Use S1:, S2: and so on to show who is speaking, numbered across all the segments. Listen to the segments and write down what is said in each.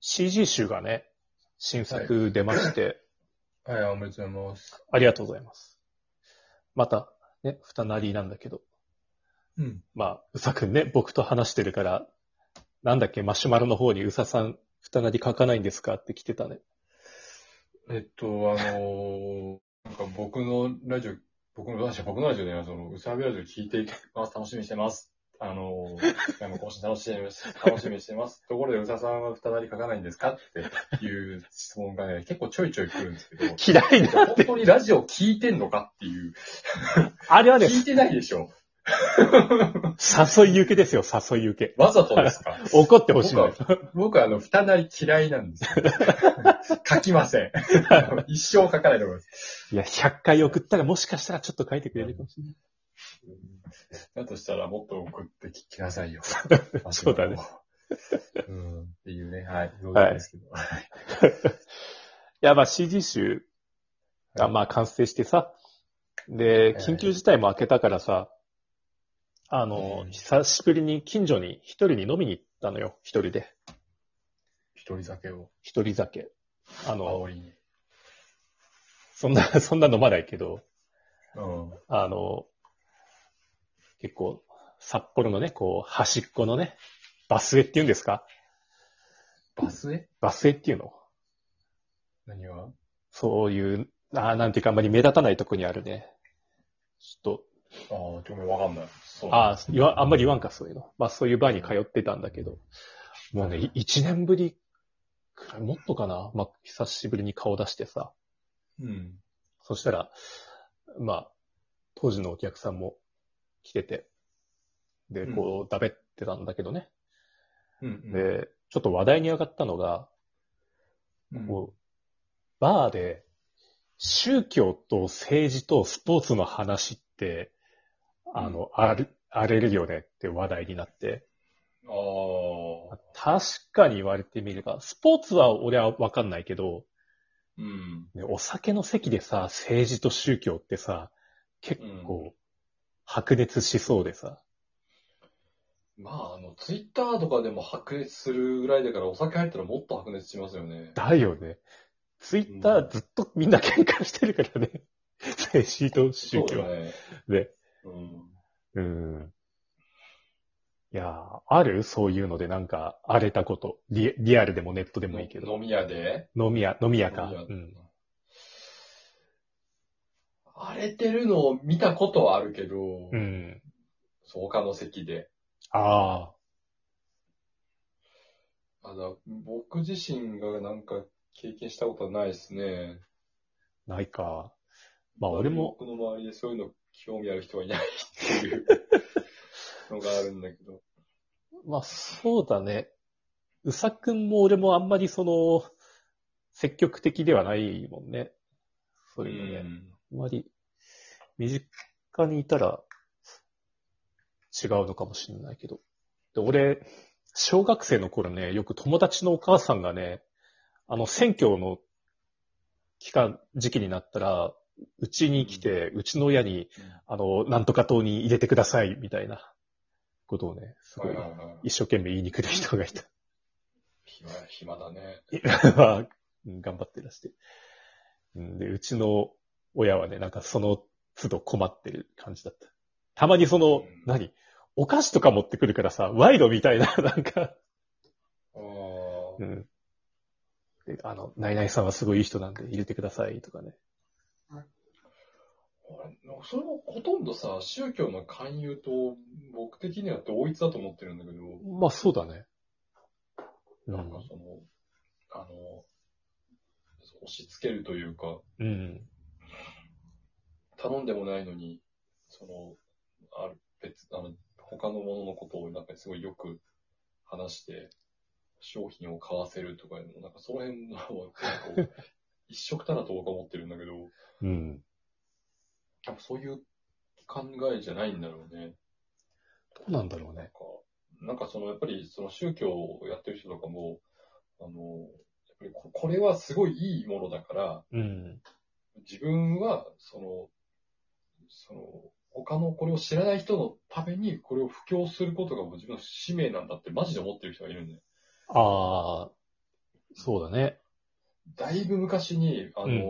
S1: CG 集がね、新作出まして、
S2: はい、おめでとうございます。
S1: ありがとうございます。また、ね、ふたなりなんだけど、
S2: うん。
S1: まあ、うさくんね、僕と話してるから、なんだっけ、マシュマロの方にうささん、ふたなり書かないんですかって来てたね。
S2: えっと、あのー、 なんか僕のラジオ、僕のラジオ、僕のラジオでね、その、うさびラジオ聞いていきます。楽しみにしてます。あのー、今日も更新楽しみにして、楽しみにしてます。ところで、うささんは再り書かないんですかっていう質問がね、結構ちょいちょい来るんです けど、
S1: 嫌いな
S2: 本当にラジオ聞いてんのかっていう、
S1: あれはね、
S2: 聞いてないでしょ
S1: 誘い受けですよ、誘い受け。
S2: わざとですか
S1: 怒ってほしい
S2: 僕
S1: の
S2: は
S1: よ。、
S2: 僕はあの、二なり嫌いなんですよ。書きません。一生書かないと思います。
S1: いや、100回送ったらもしかしたらちょっと書いてくれるかもしれない。
S2: だとしたらもっと送ってきなさいよ。
S1: そうだね。
S2: うん。っていうね、はい。
S1: はい
S2: ですけど。
S1: いや、まあ CG 集がまあ完成してさ、で、
S2: はい
S1: 緊急事態も明けたからさ、あの
S2: う、ん
S1: 久しぶりに近所に一人に飲みに行ったのよ、一人で。
S2: 一人酒を、
S1: 一人酒。あの、
S2: 煽りに。
S1: そんな、 そんな飲まないけど、
S2: うん。
S1: あの、結構、札幌のね、こう、端っこのね、バスへっていうんですか
S2: バスへ
S1: バスへっていうの
S2: 何が
S1: そういう、あーなんていうかあんまり目立たないとこにあるね。ちょっと、
S2: ああ、ごめん、わかんない。そう。
S1: ああ、言わ、あんまり言わんか、そういうの。まあ、そういうバーに通ってたんだけど、もうね、い一年ぶりくらい、もっとかなまあ、久しぶりに顔出してさ、
S2: うん。
S1: そしたら、まあ、当時のお客さんも来てて、で、こう、だべってたんだけどね。
S2: うんうん。
S1: で、ちょっと話題に上がったのが、
S2: うん、
S1: こう、バーで、宗教と政治とスポーツの話って、あの、ある、あれるよねって話題になって、
S2: ああ、
S1: 確かに言われてみれば、スポーツは俺はわかんないけど、
S2: うん。
S1: ねお酒の席でさ、政治と宗教ってさ、結構、白熱しそうでさ、
S2: まあ、あの、ツイッターとかでも白熱するぐらいだから、お酒入ったらもっと白熱しますよね。
S1: だよね。ツイッターずっとみんな喧嘩してるからね。 政治と宗
S2: そう
S1: 教
S2: だ。ね。
S1: で、
S2: うん。
S1: うん。いやー、あるそういうのでなんか、荒れたこと。リリアルでもネットでもいいけど。
S2: 飲み屋で
S1: 飲み屋、飲み屋か。
S2: 飲み屋
S1: うん。
S2: 荒れてるのを見たことはあるけど、
S1: うん。
S2: そう他の席で。
S1: ああ。
S2: あの僕自身がなんか経験したことはないですね。
S1: ないか。まあ俺も、
S2: 僕の周りでそういうの興味ある人はいないっ ていうのがあるんだけど。
S1: まあ、そうだね。うさくんも俺もあんまりその、積極的ではないもんね。そういうのね。
S2: ん
S1: あんまり、身近にいたら、違うのかもしれないけど。で俺、小学生の頃ね、よく友達のお母さんがね、あの、選挙の期間、時期になったら、うちに来て、うちの親に、あの、なんとか党に入れてください、みたいなことをね、すご
S2: はいいはいはい。
S1: 一生懸命言いに来る人がいた。
S2: 暇、暇だね。
S1: まあうん頑張ってらして。うんで、うちの親はね、なんかその都度困ってる感じだった。たまにその、
S2: うん
S1: 何お菓子とか持ってくるからさ、賄賂みたいな、 なんか、
S2: あ
S1: う
S2: ー
S1: ん。で、あの、ナイナイさんはすごいいい人なんで入れてくださいとかね。
S2: 俺それもほとんどさ、宗教の勧誘と僕的には同一だと思ってるんだけど、
S1: まあそうだね。う
S2: なん
S1: ん
S2: か。その、あの、押し付けるというか、
S1: うん。
S2: 頼んでもないのに、その、ある、別、あの、他のもののことをなんかすごいよく話して、商品を買わせるとかいうの、なんかその辺の方は結構、一色たらと僕は思ってるんだけど、
S1: うん。
S2: やっぱそういう考えじゃないんだろうね。
S1: どうなんだろう
S2: なん
S1: ね。
S2: か、なんかその、やっぱりその宗教をやってる人とかも、あの、やっぱりここれはすごいいいものだから、
S1: うん。
S2: 自分は、その、その、他のこれを知らない人のためにこれを布教することがもう自分の使命なんだってマジで思ってる人がいるんだよ。
S1: ああ、そうだね。
S2: だいぶ昔に、あの、
S1: うん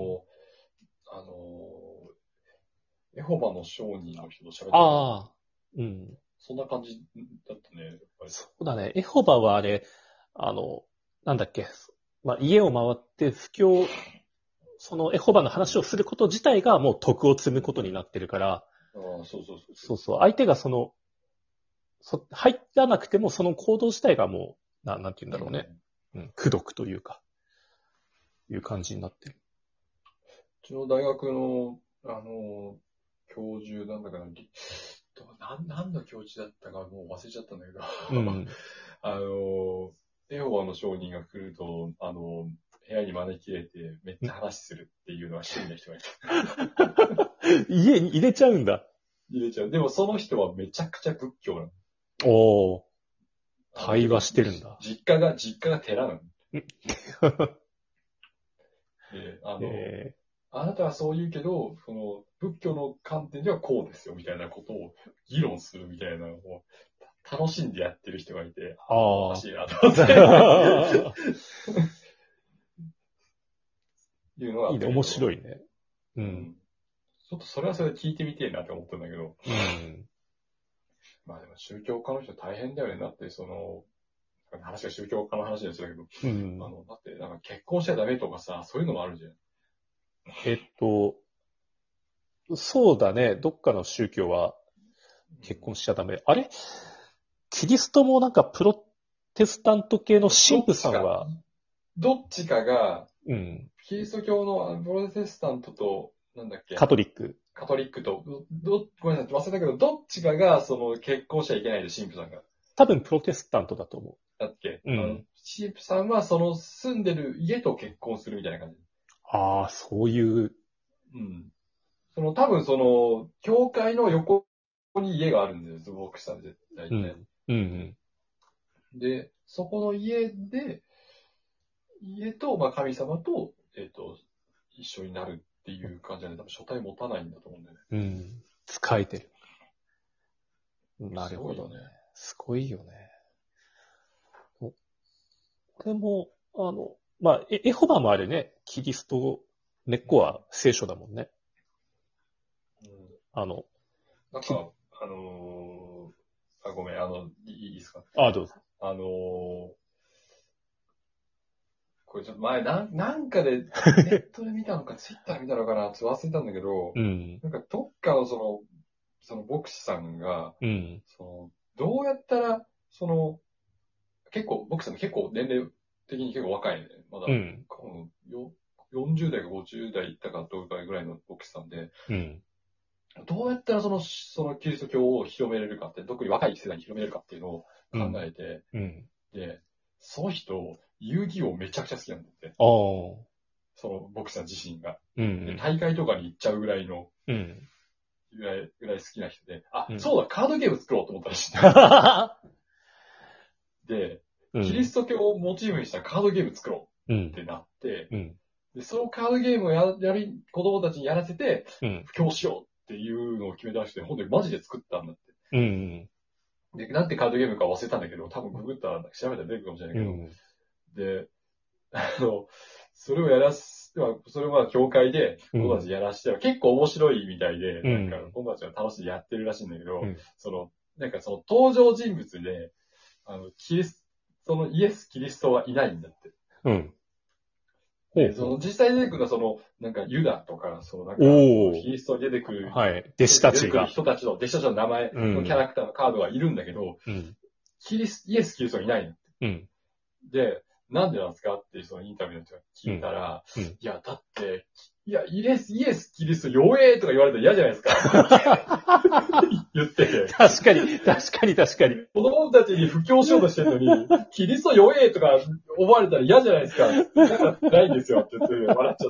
S2: あの、エホバの商人の人と喋ってた。
S1: ああ。うん。
S2: そんな感じだったね、やっぱり。
S1: そうだね。エホバはあれ、あの、なんだっけ。まあ、家を回って布教、そのエホバの話をすること自体がもう徳を積むことになってるから、
S2: ああ、そうそうそう
S1: そうそう、相手がその、そ入らなくてもその行動自体がもう、ななんて言うんだろうね。。うん、苦毒というか、いう感じになってる。
S2: うちの大学の、あの、教授なんだから、りどうなん何の教授だったかもう忘れちゃったんだけど、
S1: うん。
S2: あの、エホバの商人が来ると、あの、部屋に招き入れて、めっちゃ話するって いうのは趣味の人がいた。
S1: 家に入れちゃうんだ。
S2: 入れちゃう。でもその人はめちゃくちゃ仏教なの。
S1: おー。対話してるんだ
S2: 実家が、実家が寺 なの。で、あの、
S1: え
S2: あなたはそう言うけど、その、仏教の観点ではこうですよ、みたいなことを議論するみたいなのを、た楽しんでやってる人がいて、
S1: ー、あ
S2: おか
S1: あ。
S2: しいなと思って、いうのが あ
S1: い
S2: っ
S1: い
S2: て。
S1: ね、面白
S2: い。
S1: いね。う。
S2: うんん。ちょっとそれはそれで聞いてみてえなって思ったんだけど、
S1: うん。
S2: まあでも宗教家の人大変だよね。だって、その、話が宗教家の話ですけど、
S1: うん
S2: あの、だって、なんか結婚しちゃダメとかさ、そういうのもあるじゃん。
S1: えっと、そうだね。どっかの宗教は結婚しちゃダメ。あれキリストもなんかプロテスタント系の神父さんは、
S2: どっちかが、
S1: うん、
S2: キリスト教のあのプロテスタントと、なんだっけ
S1: カトリック。
S2: カトリックと、ど、どごめんなさい、忘れたけど、どっちかが、その、結婚しちゃいけないで、神父さんが。
S1: 多分プロテスタントだと思う。
S2: だっけ、
S1: うん
S2: あの神父さんは、その、住んでる家と結婚するみたいな感じ。
S1: ああ、そういう。
S2: うん。その、多分、その、教会の横に家があるんだよ、ズボックスさんで、大
S1: う
S2: 体。
S1: ん。うん、
S2: で、そこの家で、家と、まあ、神様と、えっ、と、一緒になるっていう感じなんで、多分書体持たないんだと思うんだよね。
S1: うん。うん。使えてる。なるほ
S2: す
S1: ど
S2: ごい
S1: ね
S2: よね。
S1: すごいよね。おこれも、あの、まあ、エエホバもあれね、キリスト、根っこは聖書だもんね。
S2: うん
S1: あの、
S2: なんか、あのーあ、ごめん、あの、いいいですか。
S1: あ、どうぞ。
S2: あのーこれちょっと前、なん、なんかで、ネットで見たのか、ツイッター見たのかな、ちょっと忘れたんだけど、
S1: うん。
S2: なんかどっかのその、その牧師さんが、
S1: うん。
S2: その、どうやったら、その、結構、牧師さんも結構年齢的に結構若いね。まだ、
S1: うん。
S2: このよ40代か50代いったかどうかぐらいの牧師さんで、
S1: うん。
S2: どうやったらその、そのキリスト教を広めれるかって、特に若い世代に広めれるかっていうのを考えて、
S1: うん。
S2: で、その人、遊戯王めちゃくちゃ好きなんだって。
S1: ああ。
S2: その、僕さん自身が。
S1: う
S2: で
S1: ん。
S2: 大会とかに行っちゃうぐらいの、
S1: うん。
S2: ぐらい、ぐらい好きな人で、あ、
S1: うん
S2: そうだ、カードゲーム作ろうと思ったらし い。で、
S1: うん
S2: キリスト教をモチーフにしたカードゲーム作ろ
S1: う
S2: うんってなって、
S1: うん。で
S2: で、そのカードゲームをややり、子供たちにやらせて、
S1: うん。
S2: 布教しようっていうのを決めたらしくて、本当にマジで作ったんだって。
S1: うん。
S2: で、なんてカードゲームか忘れたんだけど、多分ググったら調べたら出てくるかもしれないけど、で、あの、それをやらす、まあそれをまあ教会で、
S1: うん
S2: 友達やらして、結構面白いみたいで、
S1: うん
S2: なんか、友達が楽しんでやってるらしいんだけど、
S1: うん
S2: その、なんかその登場人物で、あの、キリスト、そのイエス・キリストはいないんだって。
S1: うん。
S2: でその実際に出てくるのはその、なんかユダとか、そのなんか、
S1: おー
S2: キリストに出てくる、
S1: はい。弟子た
S2: 出て
S1: ち
S2: くる
S1: が。
S2: 人たちの、弟子たちの名前のキャラクターのカードがいるんだけど、
S1: うん。
S2: キリス、イエス・キリストはいないの。
S1: うん。
S2: で、なんでなんですかって、そのインタビューの人が聞いたら、
S1: うんうん
S2: いや、だって、いや、イエス、イエス、キリスト、弱えとか言われたら嫌じゃないですか。 言ってて。
S1: 確かに、確かに、確かに。
S2: 子供たちに布教しようとしてるのに、キリスト弱えとか思われたら嫌じゃないですか。なんかないんですよって言って笑っち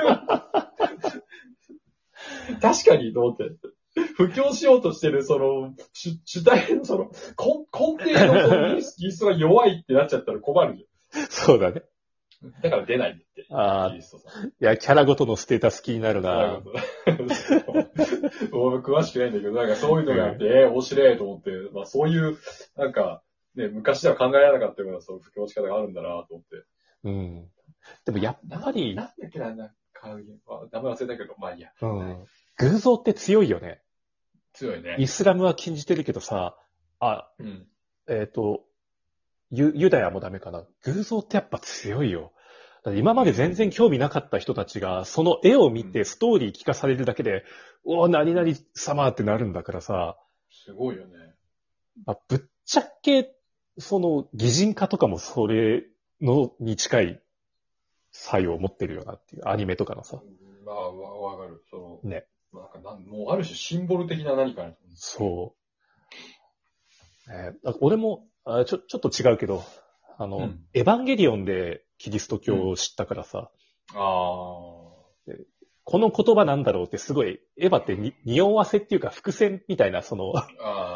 S2: ゃった。確かに、と思って。布教しようとしてる、その、主主体の、その、根根底のそのイエスキリストが弱いってなっちゃったら困るじゃん。
S1: そうだね。
S2: だから出ないんだって。
S1: ああ、
S2: キ
S1: い
S2: リストさん。
S1: や、キャラごとのステータス気になる
S2: な
S1: な
S2: る。ほど。俺も詳しくないんだけど、なんかそういうのがあって、えー面白いと思って、まあそういう、なんか、ね、昔では考えられなかったような、その布教の仕方があるんだなと思って。
S1: うん。でもやっぱり、
S2: なんだっけな、なんか買うゲームは。名前忘れたけど、まあいいや。
S1: うん。偶像って強いよね。
S2: 強いね。
S1: イスラムは禁じてるけどさ、あ、
S2: うん。
S1: えっ、と、ユ、ユダヤもダメかな。偶像ってやっぱ強いよ。だって今まで全然興味なかった人たちが、その絵を見
S2: う
S1: てストーリー聞かされるだけで、おお、何々様ってなるんだからさ、
S2: すごいよね。
S1: まあ、ぶっちゃけ、その、擬人化とかもそれの、に近い作用を持ってるよなっていう、アニメとかのさ。
S2: うんまあ、わ、わかる。その、
S1: ね。
S2: なんかなん、もうある種シンボル的な何かね。
S1: そう。えー、あ俺もあちょ、ちょっと違うけど、あの、
S2: うん
S1: エヴァンゲリオンでキリスト教を知ったからさ、
S2: ああ。
S1: この言葉なんだろうってすごい、エヴァってに匂わせっていうか伏線みたいな、その、
S2: あ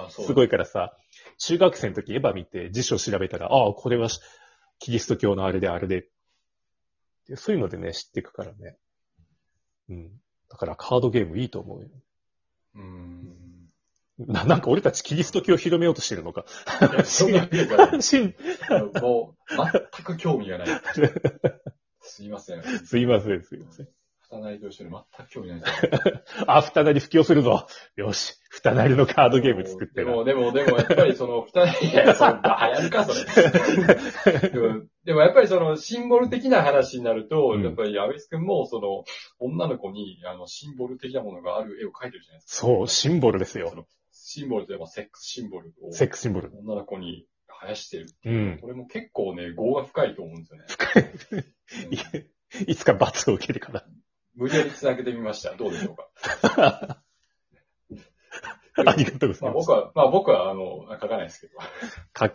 S2: あ、そう。
S1: すごいからさ、中学生の時エヴァ見て辞書調べたら、ああ、これはしキリスト教のあれであれで。でそういうのでね、知っていくからね。うん。だからカードゲームいいと思うよ。
S2: うーん。
S1: な、なんか俺たちキリスト教を広めようとしてる のか。
S2: いや、そんなこと ない
S1: しん
S2: もう、全く興味がない。すいません。
S1: すいません、すいません。
S2: 二内と一緒に全く興味ない。
S1: あ、二なり布教するぞ。よし、二なりのカードゲーム作って
S2: で
S1: な。
S2: も、でも、でも、やっぱりその、二人、いや、そんな、流行るか、そ れ。でも、でもやっぱりその、シンボル的な話になると、
S1: うん
S2: やっぱり、安倍くんも、その、女の子に、あの、シンボル的なものがある絵を描いてるじゃないですか。
S1: そう、シンボルです
S2: そ
S1: よ。
S2: のシンボルといえば、セックスシンボルを、
S1: セックスシンボル。
S2: 女の子に生やしてる。
S1: うん。
S2: これも結構ね、業が深いと思うんですよね。
S1: いいつか罰を受けるから。
S2: 無理やり繋げてみました。どうでしょうか。
S1: ありがとうござ
S2: まあ
S1: います
S2: 僕。は、まあ僕は、あの、書かないですけど。
S1: か、